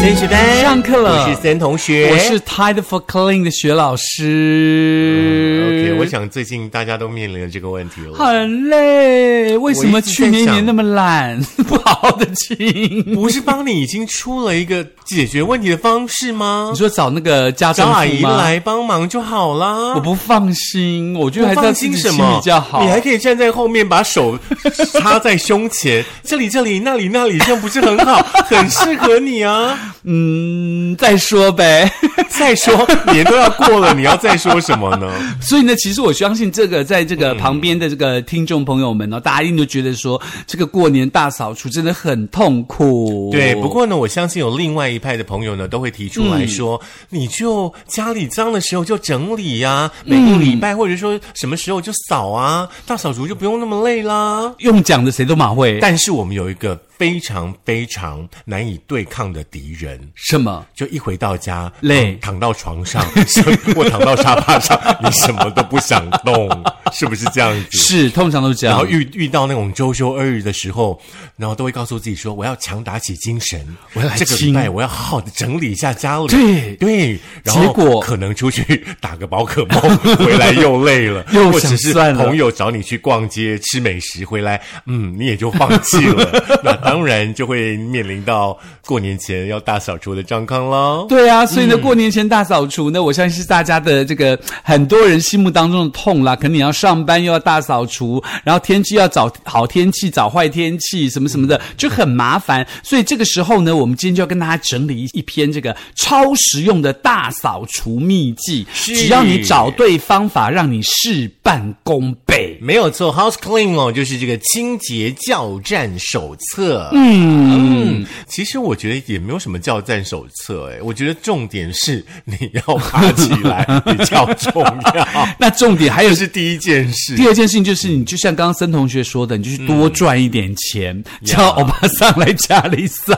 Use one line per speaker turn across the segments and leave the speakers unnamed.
森学班
上课了
嗯我是森同学，
我是 Tide for Clean 的学老师。
嗯 OK。我想最近大家都面临了这个问题了。
很累，为什么
我一直在
去年一年
想
那么懒， 不好好的听？
不是帮你已经出了一个解决问题的方式吗
你？说找那个家
找
政
阿
妇
姨
吗？
来帮忙就好啦。
我不放心，我觉得还是要
放
自己
心
清
什
理
么
比较好。
你还可以站在后面，把手插在胸前， 这里这里那里那里，这样不是很好？很适合你 啊！
嗯，再说呗。
再说年都要过了，你要再说什么呢？
所以呢，其实我相信这个，在这
嗯
个旁边的这个听众朋友们呢、大家一定都觉得说，这个过年大扫除真的很痛苦。
对，不过呢，我相信有另外一派的朋友呢，都会提出来说，你就家里脏的时候就整理呀、每个礼拜或者说什么时候就扫啊，大扫除就不用那么累啦。
用讲的谁都马会。
但是我们有一个非常非常难以对抗的敌人。
什么？
就一回到家，
累
躺躺到床上， 什么或躺到沙发上， 你什么都不想动，是不是这样子？
是通常都这
然后
样。
遇遇到那种周休二日的时候，然后都会告诉自己说：“我要强打起精神，
我要来
这个礼
清
拜我要好好的整理一下家里。
对
对，然后
结果
可能出去打个宝可梦，回来又累了，
又
或者
想
是
算了
朋友找你去逛街吃美食，回来嗯你也就放弃了。 那当然就会面临到过年前要大扫除的状况喽。
对啊，所以呢，过年前大扫除呢，我相信是大家的这个很多人心目当中的痛啦。可能你要上班又要大扫除，然后天气要找好天气，找坏天气，什么什么的，就很麻烦。所以这个时候呢，我们今天就要跟大家整理一一篇这个超实用的大扫除秘籍，
是
只要你找对方法，让你事半功倍。
没有错，House Clean 哦，就是这个清洁教战手册。
嗯，
嗯，其实我觉得也没有什么叫战手册，哎，我觉得重点是你要爬起来比较重 要，
那重点还有
这是第一件事。
第二件事情就是，你就像刚刚森同学说的，你就去多赚一点钱，叫欧巴桑来家里扫。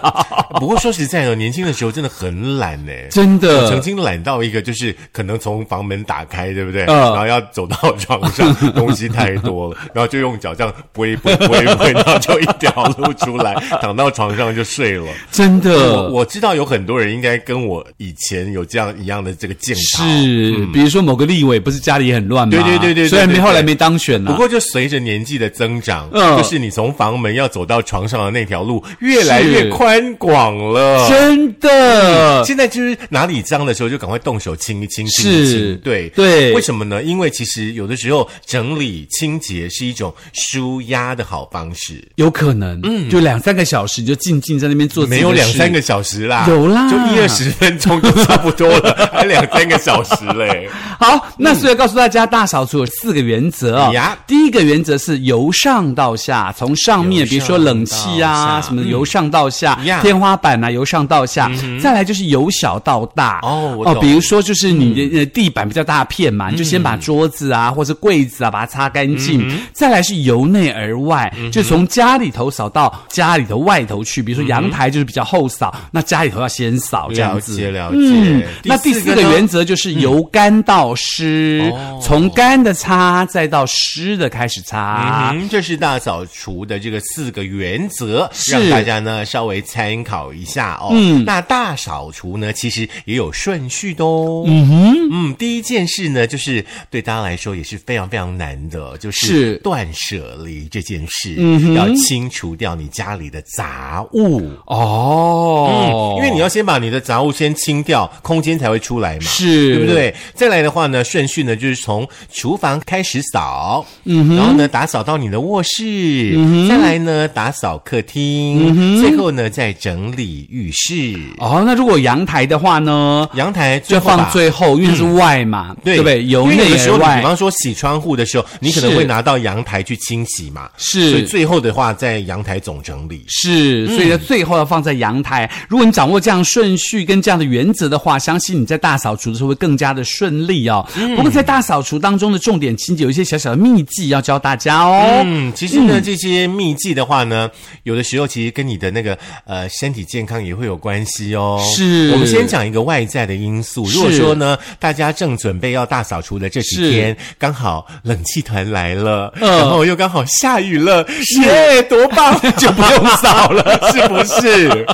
不过说实在的，年轻的时候真的很懒哎，
真的
我曾经懒到一个，就是可能从房门打开，对不对？
嗯
然后要走到床上，东西太多了，然后就用脚这样拨一拨拨一拨，然后就一条路出来，躺到床上就睡了。
真
我
的。
我知道有很多人应该跟我以前有这样一样的这个镜头，
是，比如说某个立委不是家里也很乱吗？
对对对对对
虽然没
对对
后来没当选
不
啊，
过，就随着年纪的增长，
嗯
就是你从房门要走到床上的那条路越来越宽广了。
真的，
现在就是哪里脏的时候，就赶快动手清一清，
是
清一清。对
对
为什么呢？因为其实有的时候整理清洁是一种舒压的好方式，
有可能，嗯，就两三个小时你就静静在那边做，
没有两三个。小时啦，
有啦
就一二十分钟就差不多了，还两三个小时嘞。
好，那所以告诉大家，大扫除有四个原则哦
嗯呀。
第一个原则是由上到下，从上面，
由
比如说
上
冷
到
气啊，
下嗯
什么由上到下，
呀嗯
天花板啊由上到下，再来就是由小到大
哦我懂嗯
比如说就是你的呃地板比较大片嘛，你就先把桌子啊或者柜子啊把它擦干净，
嗯
再来是由内而外，就从家里头扫到家里头外头去，
嗯
比如说阳台就是比较后扫，那家里头要先扫 这样
了
子。
解了解。
嗯，那第四个
呢嗯哦
原则就是由干到湿，从干的擦再到湿的开始擦。
嗯，这是大扫除的这个四个原则，
是
让大家呢稍微参考一下哦。嗯，那大扫除呢，其实也有顺序的哦。嗯哼，嗯，第一件事呢，就是对大家来说也是非常非常难的，就是
是
断舍离这件事，嗯、要清除掉你家里的杂物。
哦
嗯，，因为你要先把你的杂物先清掉，空间才会出来嘛。
是
对不？对？再来的话呢，顺序呢就是从厨房开始扫，嗯，然后呢打扫到你的卧室，
嗯
再来呢打扫客厅，最后呢再整理浴室、
哦，那如果阳台的话呢，
阳台最
就
后吧，嗯
放最后，因为是外嘛，
对
不对？由
因为有
内
的时
而
候你
外
比。方说洗窗户的时候，你可能
是
会拿到阳台去清洗嘛，
是
所以最嗯后的话在阳台总整理。
是，所以呢，最后要放在阳台。如果你掌握这样顺序跟这样的原
嗯
则的话，相信你在大扫除的时候会更加的顺利哦。不过在大扫除当中的重点，心有一些小小的秘技要教大家哦。
嗯，其实呢，这些秘技的话呢，有的时候其实跟你的那个呃身体健康也会有关系哦。
是
我们先讲一个外在的因素。
是
如果说呢，大家正准备要大扫除的这几天，刚好冷气团来了，
嗯
然后又刚好下雨 了，耶，多棒，就不用扫了，是不是？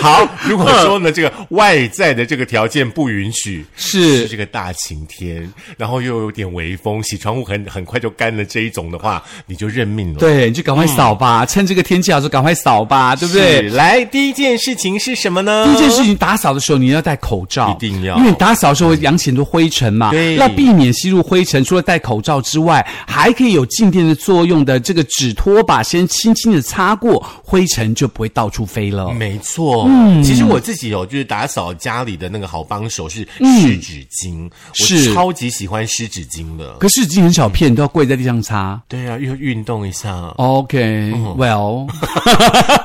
好，如果说呢，这个外在的这个条件不允许，
是
这个大晴天，然后又有点微风，洗窗户很很快就干了这一种的话，你就认命了。
对，你就赶快扫吧，趁这个天气好就赶快扫吧，对不对？
是来，第一件事情是什么呢？
第一件事情，打扫的时候你要戴口罩，
一定要
因为你打扫的时候会扬起很多灰尘嘛。
对
那避免吸入灰尘，除了戴口罩之外，还可以有静电的作用的这个纸拖把，先轻轻的擦过，灰尘就不会到处飞了。
没错，嗯，其实我自己有就是打扫家里的那个好帮手是湿纸巾，
嗯是
我超级喜欢湿纸巾的。
可是已经很小片，你都要跪在地上擦。
对啊，运运动一下，
OK，Well，、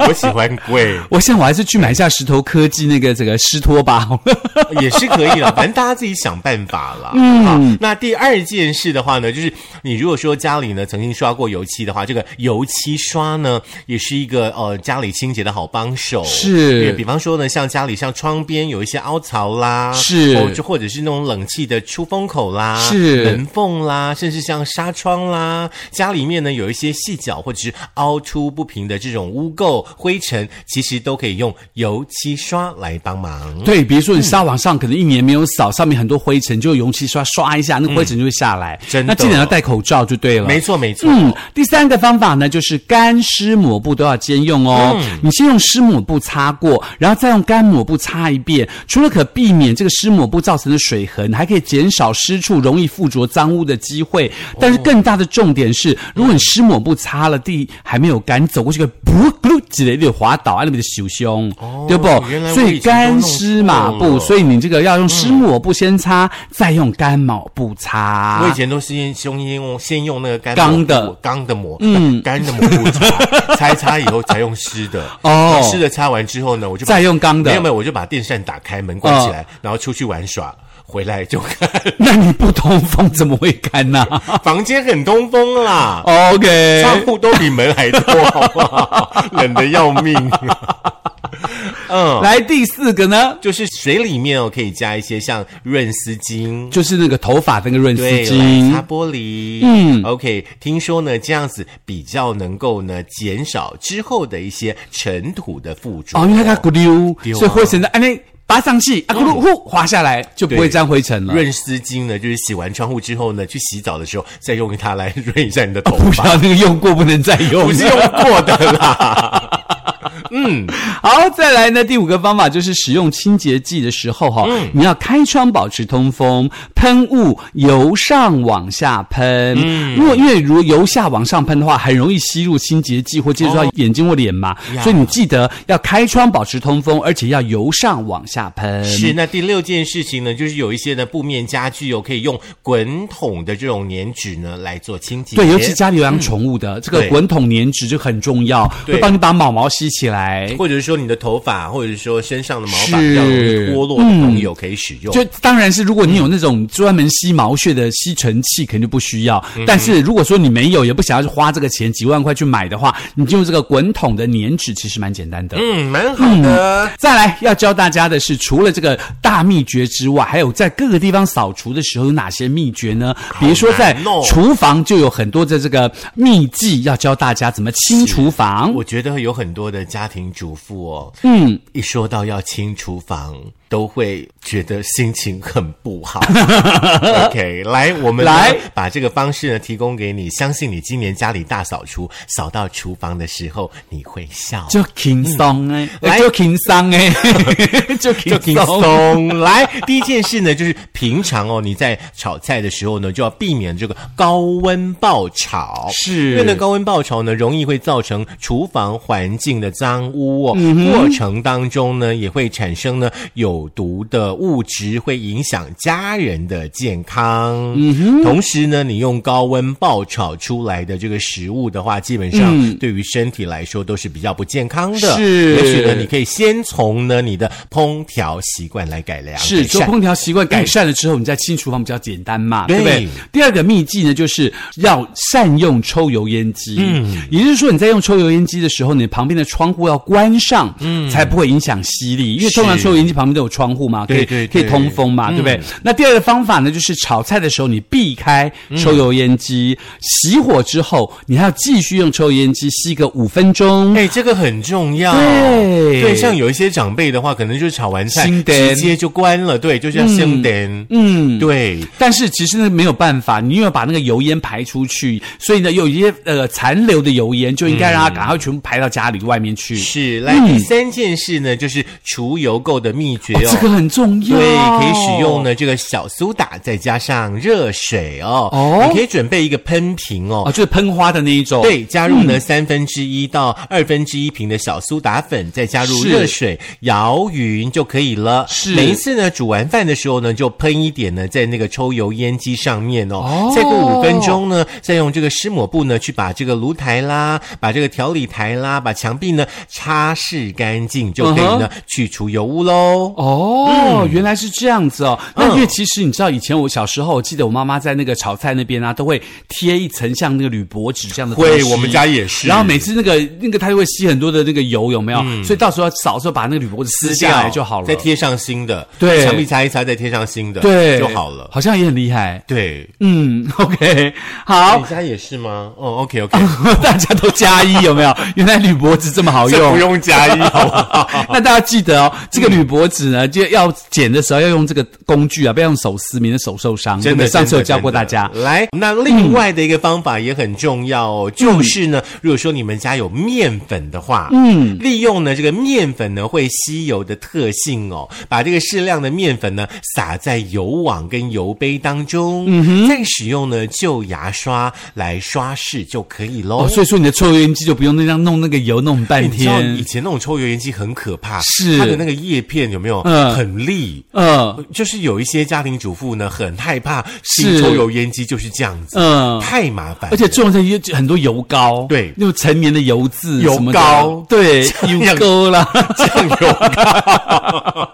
我喜欢跪
我现在我还是去买一下石头科技那个这个湿拖把好了。
也是可以了，反正大家自己想办法啦。嗯，好，那第二件事的话呢，就是你如果说家里呢曾经刷过油漆的话，这个油漆刷呢也是一个呃家里清洁的好帮手。
是
因为比方说呢，像家里像窗边有一些凹槽啦，
是
哦，就或者是那种冷气的出风口啦，
是
门缝啦，甚至像纱窗啦，家里面呢有一些细角或者是凹凸不平的这种污垢、灰尘，其实都可以用油漆刷来帮忙。
对，比如说你沙网上可能一年没有扫，上面很多灰尘，就用漆刷刷一下，那个灰尘就会下来。
嗯真的
那记得要戴口罩就对了。
没错，没错。
嗯，第三个方法呢，就是干湿抹布都要兼用哦。
嗯
你先用湿抹布擦过，然后再用干抹布擦一遍。除了可避免这个湿抹布造成的水痕，还可以减少湿处容易附着脏污的机会。但是更大的重点是，如果你湿抹布擦了地还没有干，你走过去个噗噜几雷就滑倒，啊，那边的羞胸，对不
哦原来？我
所以
以前都
干
弄
湿
错
抹布，
了嗯
所以你这个要用湿抹布先擦，再用干抹布擦。
我以前都是先先用先用那个干
钢
抹布
啊的
钢的抹，嗯，干的抹布擦， 擦一擦以后才用湿的。
哦
湿的擦完之后呢，我就把
再用钢的哦
没有没有，我就把电扇打开，门关起来，然后出去玩耍，回来就看
那你不通风怎么会干呢、
房间很通风啦。窗
OK，
户都比门还多，好不 好？冷的要命。 嗯，
来第四个呢，
就是水里面哦，可以加一些像润丝巾，
就是那个头发那个润丝
对，来擦
巾。
玻璃。嗯，OK，听说呢，这样子比较能够呢减少之后的一些尘土的附着。
哦，因为它咕溜，
对啊
所以灰尘的哎那拔上去啊咕噜呼滑下来就不会
对
沾灰尘了。
润丝巾呢，就是洗完窗户之后呢，去洗澡的时候再用它来润一下你的头
不知
发，
道那个用过不能再用，
啊不是用过的 啦。嗯，
好，再来呢，第五个方法就是使用清洁剂的时候哈、
嗯
你要开窗保持通风，喷雾由上往下喷。
嗯
如果因为如由下往上喷的话，很容易吸入清洁剂或接触到眼睛或脸嘛，
呀
所以你记得要开窗保持通风，而且要由上往下喷。
是。那第六件事情呢，就是有一些的布面家具哦，可以用滚筒的这种粘纸呢来做清洁。嗯
对，尤其家里有养宠物的，这个
对
滚筒粘纸就很重要，
对
会帮你把毛毛吸起来。
或者是说你的头发，或者是说身上的毛发
是
比较容易脱落的朋友可以使用。
就当然是，如果你有那种专门吸毛屑的吸尘器，肯定不需要。
嗯
但是如果说你没有，也不想要去花这个钱几万块去买的话，你就用这个滚筒的粘纸，其实蛮简单的。
嗯，蛮好的。
再来要教大家的是，除了这个大秘诀之外，还有在各个地方扫除的时候有哪些秘诀呢？比如说在
难哦
厨房就有很多的这个秘技，要教大家怎么清厨房。
我觉得有很多的家庭主妇哦，嗯，一说到要清厨房，都会觉得心情很 不好。OK，来，我们呢
来
把这个方式呢提供给你，相信你今年家里大扫除，扫到厨房的时候，你会笑。
就轻松哎，
嗯来
就轻松哎， 就
就
轻
轻
松。
松。来，第一件事呢，就是平常哦，你在炒菜的时候呢，就要避免这个高温爆炒，
是
因为呢高温爆炒呢，容易会造成厨房环境的脏污哦，过程当中呢，也会产生呢有有毒的物质会影响家人的健康。嗯哼，同时呢，你用高温爆炒出来的这个食物的话，基本上对于身体来说都是比较不健康的。
是
也许呢，你可以先从呢你的烹调习惯来改良，
是
啊改
做
善
烹调习惯改善了之后，你再进厨房比较简单嘛，
对
对不对？第二个秘技呢，就是要善用抽油烟机。嗯，也就是说你在用抽油烟机的时候，你旁边的窗户要关上，嗯，才不会影响吸力。因为
是
通常抽油烟机旁边都有窗户嘛，可以
对对
可以
对嗯
通风嘛，对不对？那第二个方法呢，就是炒菜的时候你避开抽油烟机，
嗯
熄火之后你还要继续用抽油烟机吸个五分钟。
哎、这个很重要。
对
对，像有一些长辈的话，可能就是炒完菜
心灯
直接就关了，对，就像生灯。
嗯，
对，
但是其实呢没有办法，你又要把那个油烟排出去，所以呢有一些呃残留的油烟就应该让它赶快全部排到家里外面去。
是。来，
嗯
第三件事呢，就是除油垢的秘诀
这个
哦。
很重要，
对，可以使用呢这个小苏打，再加上热水哦。
哦
你可以准备一个喷瓶哦
啊，。就是喷花的那一种。
对，加入
嗯
呢三分之一到二分之一瓶的小苏打粉，再加入
是
热水摇匀就可以了。
是
每一次呢煮完饭的时候呢，就喷一点呢在那个抽油烟机上面哦。
哦
再过五分钟呢，再用这个湿抹布呢去把这个炉台啦、把这个调理台啦、把墙壁呢擦拭干净，就可以呢、去除油污喽。
嗯哦，原来是这样子哦。那
嗯
因为其实你知道，以前我小时候，我记得我妈妈在那个炒菜那边啊，都会贴一层像那个铝箔纸这样的东西。
会我们家也是嗯
然后每次那个那个，它就会吸很多的那个油，有没有？所以到时候要扫的时候把那个铝箔纸撕下来就好了。
再贴上新的，
对
墙壁擦一擦，再贴上新的，
对
就好了。
好像也很厉害。
对，
嗯，OK，好
你，家也是吗？哦，OK OK，
大家都加一有没 有？原来铝箔纸这么好
这
用，
不用加一， 好不好？
那大家记得哦，这个铝箔纸呢，就要剪的时候要用这个工具啊，不要用手撕，免得手受伤。对不对上次有教过大家嗯
真。的来，那另外的一个方法也很重要哦，就是呢，如果说你们家有面粉的话，嗯，利用呢这个面粉呢会吸油的特性哦，把这个适量的面粉呢撒在油网跟油杯当中，嗯哼，再使用呢旧牙刷来刷拭就可以喽。
哦，所以说你的抽油烟机就不用那样弄那个油弄半
哎你知道以
天。
前那种抽油烟机很可怕，
是
它的那个叶片有没有、
嗯
很利？
嗯
就是有一些家庭主妇呢，很害怕新
是
抽油烟机就是这样子，
嗯，
太麻烦了，
而且重要是有很多油膏，
对
那种陈年的油渍
油
什么的，
膏
对，
样
油膏啦。
酱油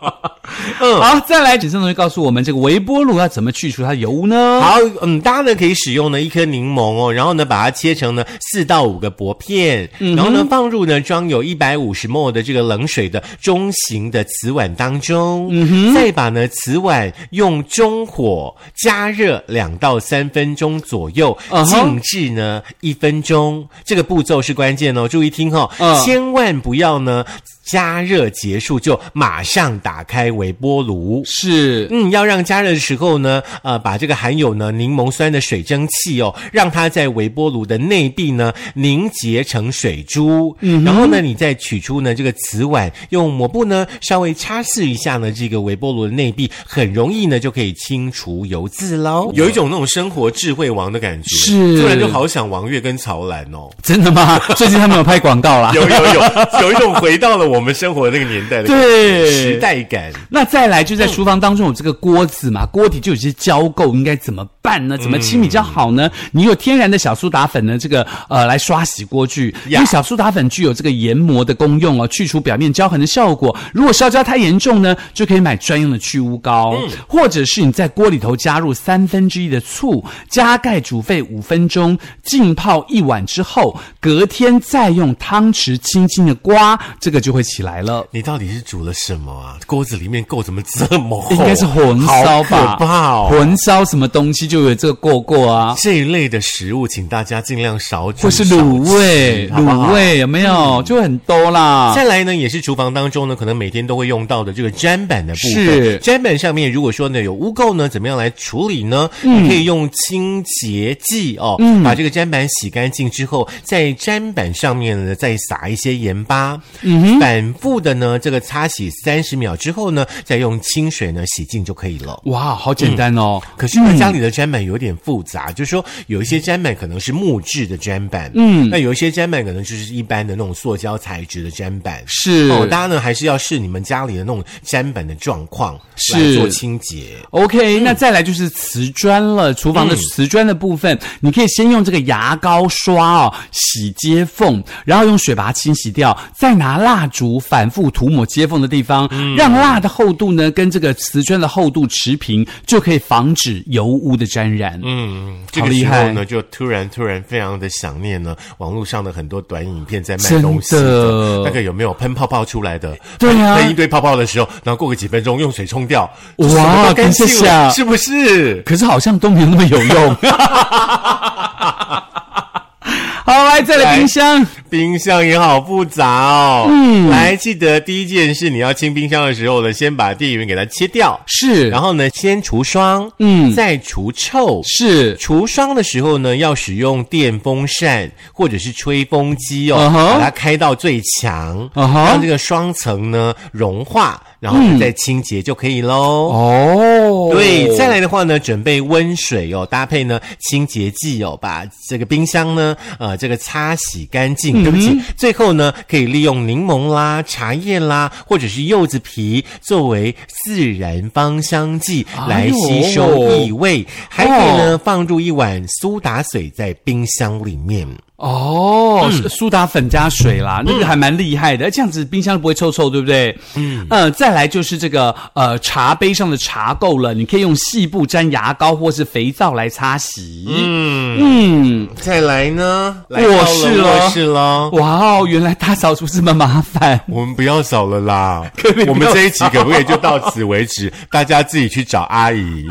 嗯
好，再来，简生同学告诉我们，这个微波炉要怎么去除它的油污呢？
好，嗯，大家呢可以使用呢一颗柠檬哦，然后呢把它切成呢四到五个薄片，
嗯
然后呢放入呢装有一百五十 ml 的这个冷水的中型的瓷碗当中，
嗯
再把呢瓷碗用中火加热两到三分钟左右，
嗯哼
静置呢一分钟。这个步骤是关键哦，注意听哦，
嗯
千万不要呢加热结束就马上打开微波炉。
是，
嗯，要让加热的时候呢，呃，把这个含有呢柠檬酸的水蒸气哦，让它在微波炉的内壁呢凝结成水珠。嗯，然后呢，你再取出呢这个瓷碗，用抹布呢稍微擦拭一下呢这个微波炉的内壁，很容易呢就可以清除油渍喽。有一种那种生活智慧王的感觉，
是
突然就好想王月跟曹兰哦。
真的吗？最近他们有拍广告啦。
有有有，有一种回到了我们生活那个年代的感觉
对
时代感。
那再来就在厨房当中有这个锅子嘛，锅底就有些焦垢，应该怎么办呢？怎么清比较好呢？你有天然的小苏打粉呢，这个呃来刷洗锅具，因为小苏打粉具有这个研磨的功用哦，去除表面焦痕的效果。如果烧焦太严重呢，就可以买专用的去污膏，或者是你在锅里头加入三分之一的醋，加盖煮沸五分钟，浸泡一晚之后，隔天再用汤匙轻轻的刮，这个就会起来了。
你到底是煮了什么啊？锅子里面够怎么这么厚？
应该是红烧吧？
好可怕哦！
红烧什么东西就有这个过过啊，
这一类的食物，请大家尽量少煮，
或是卤味，
少吃好不好嗯
卤。味有没有？就很多啦。
再来呢，也是厨房当中呢，可能每天都会用到的这个砧板的部分。
是
砧板上面如果说呢有污垢呢，怎么样来处理呢？
嗯
你可以用清洁剂哦，把这个砧板洗干净之后，在砧板上面呢再撒一些盐巴，嗯、反复的呢这个擦洗三十秒之后呢，再用清水呢洗净就可以了。
哇，好简单哦。
可是呢，家里的砧板有点复杂，就是说有一些砧板可能是木质的砧板，嗯，那有一些砧板可能就是一般的那种塑胶材质的砧板。
是
哦，大家呢还是要视你们家里的那种砧板的状况来
是
做清洁。
OK，、那
嗯
再来就是瓷砖了，厨房的瓷砖的部分，你可以先用这个牙膏刷哦洗接缝，然后用水把它清洗掉，再拿蜡烛反复涂抹接缝的地方，
嗯
让蜡的厚度呢跟这个瓷砖的厚度持平，就可以防止油污的沾染。
嗯，这
好
个
厉
时
害
候呢，就突然突然非常的想念呢，网络上的很多短影片在卖
真
东西
的
那个有没有喷泡泡出来的？
对啊
喷一堆泡泡的时候，然后过个几分钟用水冲掉，
哇
就什么都干净
真是啊
了，是不是？
可是好像都没有那么有 用。好，来再来
来
冰箱。
冰箱也好复杂哦。嗯，来，记得第一件事，你要清冰箱的时候呢，先把电源给它切掉，
是，
然后呢，先除霜，
嗯
再除臭，
是
除霜的时候呢，要使用电风扇或者是吹风机哦
嗯哼
把它开到最强
嗯哼嗯
让这个霜层呢融化，然后呢再清洁就可以喽。
哦，
对，再来的话呢，准备温水哦，搭配呢清洁剂哦，把这个冰箱呢，呃，这个擦洗干
嗯
净。对不起，最后呢，可以利用柠檬啦、茶叶啦，或者是柚子皮作为自然芳香剂
哎
来
呦哦
吸收异味，还可以呢放入一碗苏打水在冰箱里面。
哦，是苏打粉加水啦，那个还蛮厉害的。这样子冰箱不会臭臭，对不对？嗯，呃，再来就是这个呃茶杯上的茶垢了，你可以用细布沾牙膏或是肥皂来擦洗。嗯嗯，
再来呢，来
卧
到
室
了
咯
卧室喽。
哇哦，原来大扫除这么麻烦。
我们不要扫了啦
以不，要
我们这一集可不可以就到此为 止？大家自己去找阿姨。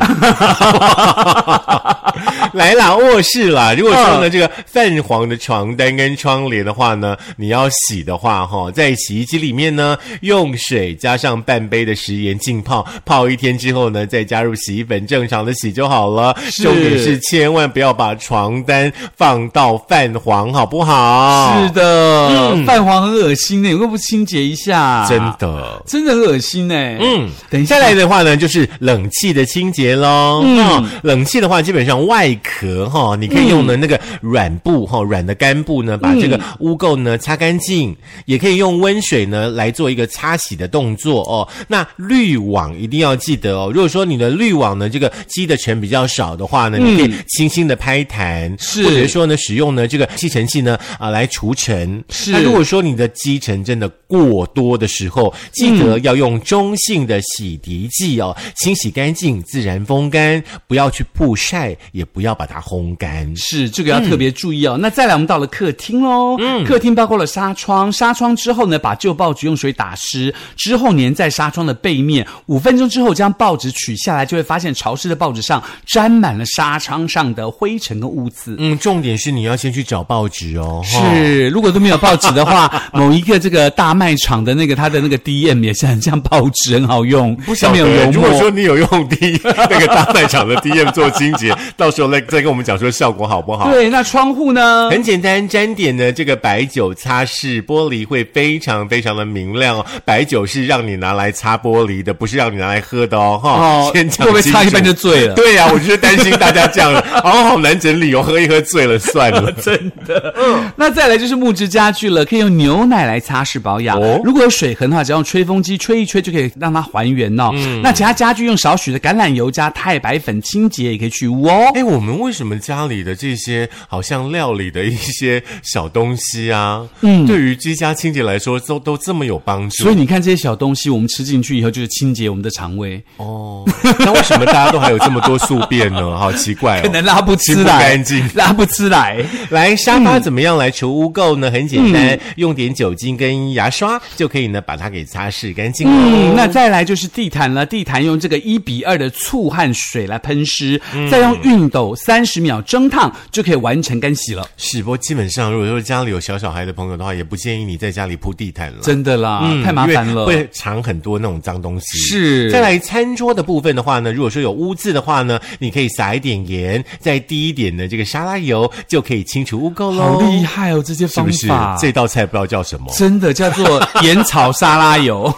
来啦，卧室啦。如果说呢，这个泛黄的床单跟窗帘的话呢，你要洗的话，哈、在洗衣机里面呢，用水加上半杯的食盐浸泡，泡一天之后呢，再加入洗衣粉，正常的洗就好了。重点是千万不要把床单放到泛黄，好不好？
是的，泛黄很恶心呢，你会不会清洁一下？
真的。
嗯真的很恶心呢。嗯，等一下
再来的话呢，就是冷气的清洁喽。嗯、冷气的话，基本上外壳哈、你可以用呢那个软布哈、软的干布呢，
嗯
把这个污垢呢擦干净，也可以用温水呢来做一个擦洗的动作哦。那滤网一定要记得哦，如果说你的滤网呢这个积的尘比较少的话呢，你可以轻轻的拍弹，
嗯是
或者说呢使用呢这个吸尘器呢啊来除尘。
是
那如果说你的积尘真的过多的时候，记得要用中性的洗涤剂哦，清洗干净，自然风干，不要去曝晒，也不要把它烘干。
是，这个要特别注意哦。
嗯
那再来，我们到了客厅喽。客厅包括了纱窗，纱窗之后呢，把旧报纸用水打湿，之后粘在纱窗的背面。五分钟之后，将报纸取下来，就会发现潮湿的报纸上沾满了纱窗上的灰尘跟污渍。
嗯，重点是你要先去找报纸哦。哈。
是，如果都没有报纸的 话，某一个这个大卖场的那个它的那个 DM 也是很像报纸，很好用，
不
上
晓
面有
得，
油
如果说
墨。
你有用 D 那个大卖场的 DM 做清洁，到时候来再跟我们讲说效果好不好？
对，那窗户呢？
很简单，沾点呢这个白酒擦拭玻璃会非常非常的明亮哦。白酒是让你拿来擦玻璃的，不是让你拿来喝的哦。哈、
哦，
先讲
会不会擦一
清楚
半就醉了？
对呀、我就是担心大家这样， 哦，好难整理哦，喝一喝醉了算了。
真的。那再来就是木质家具了，可以用牛奶来擦拭保养。
哦
如果有水痕的话，只要用吹风机吹一吹就可以让它还原哦。
嗯
那其他家具用少许的橄榄油加太白粉清洁也可以去污哦。
哎，我们为什么家里的这些好像料理的一些小东西啊，嗯，对于居家清洁来说都都这么有帮助？
所以你看这些小东西，我们吃进去以后就是清洁我们的肠胃，
哦，那为什么大家都还有这么多宿便呢？好奇怪哦，
可能拉不出
清不
来，
干净
拉不出 来。
来沙发怎么样来除污垢呢？很简
嗯
单，用点酒精跟牙刷就可以呢，把它给擦拭干净了。
嗯，那再来就是地毯了。地毯用这个一比二的醋和水来喷湿，
嗯
再用熨斗三十秒蒸烫就可以完成干洗了。
是，不过基本上如果说家里有小小孩的朋友的话，也不建议你在家里铺地毯了。
真的啦，太麻烦
嗯因为
了。
会藏很多那种脏东西。
是
再来餐桌的部分的话呢，如果说有污渍的话呢，你可以撒一点盐，再滴一点的这个沙拉油，就可以清除污垢喽。
好厉害哦，这些
是
方
不是
法？
这道菜不知道叫什么？
真的叫做盐炒沙拉油。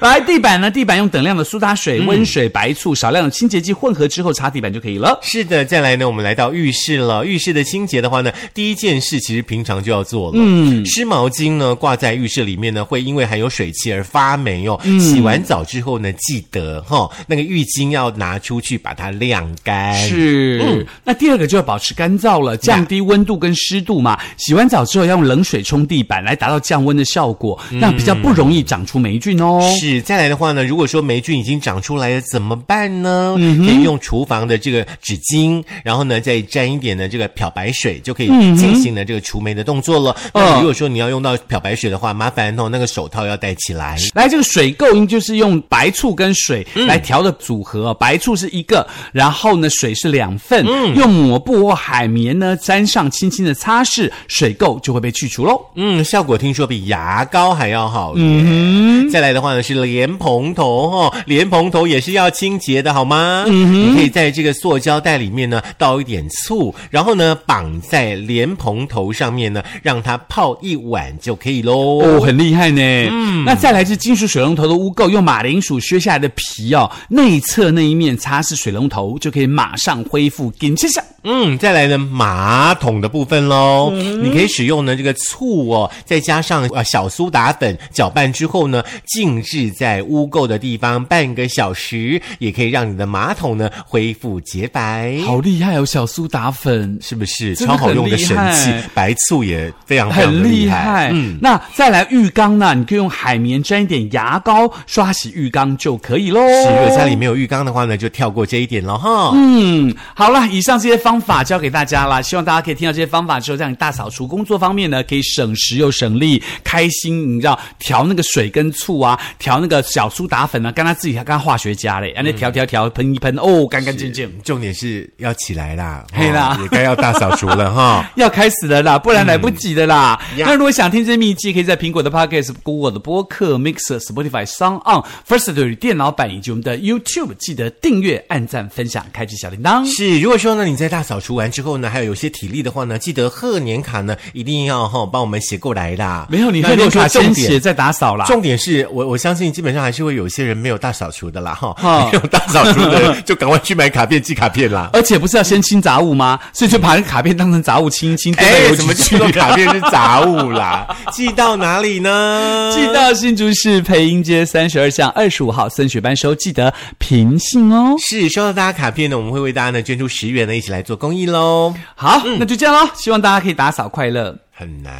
来，地板呢？地板用等量的苏打水、
嗯
温水、白醋、少量的清洁剂混合之后擦地板就可以了。
是的，再来呢，我们来到浴室了。浴室的清洁的话呢，第一件事其实平常就要做了。嗯，湿毛巾呢挂在浴室里面呢，会因为含有水汽而发霉哦。
嗯
洗完澡之后呢，记得哈、那个浴巾要拿出去把它晾干。。
是，
嗯
那第二个就要保持干燥了，降低温度跟湿度嘛。洗完澡之后要用冷水冲地板，来达到降温的效果，
嗯
那比较不容易长出霉菌哦。
是，再来的话呢，如果说霉菌已经长出来了，怎么办呢？
嗯
可以用厨房的这个纸巾，然后呢再沾一点的这个漂白水，就可以进行呢这个除霉的动作了。那
嗯
如果说你要用到漂白水的话，麻烦哦，那个手套要戴起来。
来，这个水垢应就是用白醋跟水来调的组合、哦，白醋是一个，然后呢水是两份，用抹布或海绵呢沾上，轻轻的擦拭，水垢就会被去除喽。
嗯，效果听说比牙膏还要好耶。嗯、再来的话呢是莲蓬头哦，莲蓬头也是要清洁的好吗？嗯、你可以在这个塑胶袋里面呢倒一点醋，然后呢绑在莲蓬头上面呢，让它泡一晚就可以喽。
哦，很厉害呢。嗯，那再来是金属水龙头的污垢，用马铃薯削下来的皮哦，内侧那一面擦拭水龙头，就可以马上恢复紧气象。
嗯，再来呢，马桶的部分喽，
嗯
你可以使用呢这个醋哦，再加上呃小苏打粉搅拌之后呢，静置在污垢的地方半个小时，也可以让你的马桶呢恢复洁白。
好厉害哦，小苏打粉。
是不是
真的
超好用的神
很
器
厉害？
白醋也非常非常
很
的
厉
厉害
害，。嗯，那再来浴缸呢？你可以用海绵沾一点牙膏刷洗浴缸就可以喽。
是如果家里没有浴缸的话呢，就跳过这一点了哈。
哦嗯，好啦，以上这些方法教给大家啦，希望大家可以听到这些方法之后，让你大扫除工作方面呢，可以省时又省力，开心。你知道调那个水跟醋啊，调那个小苏打粉啊，刚他自己还刚化学家嘞，啊那调调调喷一喷，哦，干干净净。
重点是要起来啦，
嘿啦
哦也该要大扫除 了哈。
要开始了啦，不然来不及的啦。嗯
呀
那如果想听这些秘籍，可以在苹果的 Podcast、Google 的播客、Mixer、Spotify、s o n On、Firstory 电脑版以及我们的 YouTube，记得订阅、按赞、分享、开启小铃铛。
是，如果说呢，你在大扫除完之后呢，还有有些体力的话呢，记得贺年卡呢一定要哈、帮我们写过来啦。
没有，你
那
会
如
留
果说
卡
重
先
点
写再打扫啦。
重点是我我相信基本上还是会有一些人没有大扫除的啦哈，
哦
没有大扫除的人就赶快去买卡片寄卡片 啦。
而且不是要先清杂物吗？所以就把那个卡片当成杂物清一清，丢到
哎，
邮
怎么
局
寄
去
到。卡片是杂 物啦？寄到哪里呢？
寄到新竹市培英街三十二巷二十五号升学班收，记得平信哦。
是收到大家卡片呢，我们会为大家呢捐出十元呢，一起来做公益喽。
好，
嗯
那就这样喽，希望大家可以打扫快乐。
很难，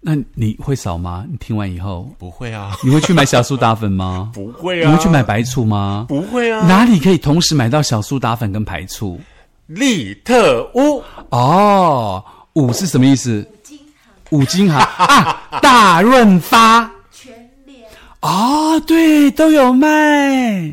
那你会扫吗？你听完以后，
不会啊，
你会去买小苏打粉 吗？
不会啊
你会去买白醋吗？
不会啊，
哪里可以同时买到小苏打粉跟白醋？
利特屋。
哦，五是什么意思？五金行啊，大润发。
全脸。
哦，对，都有卖。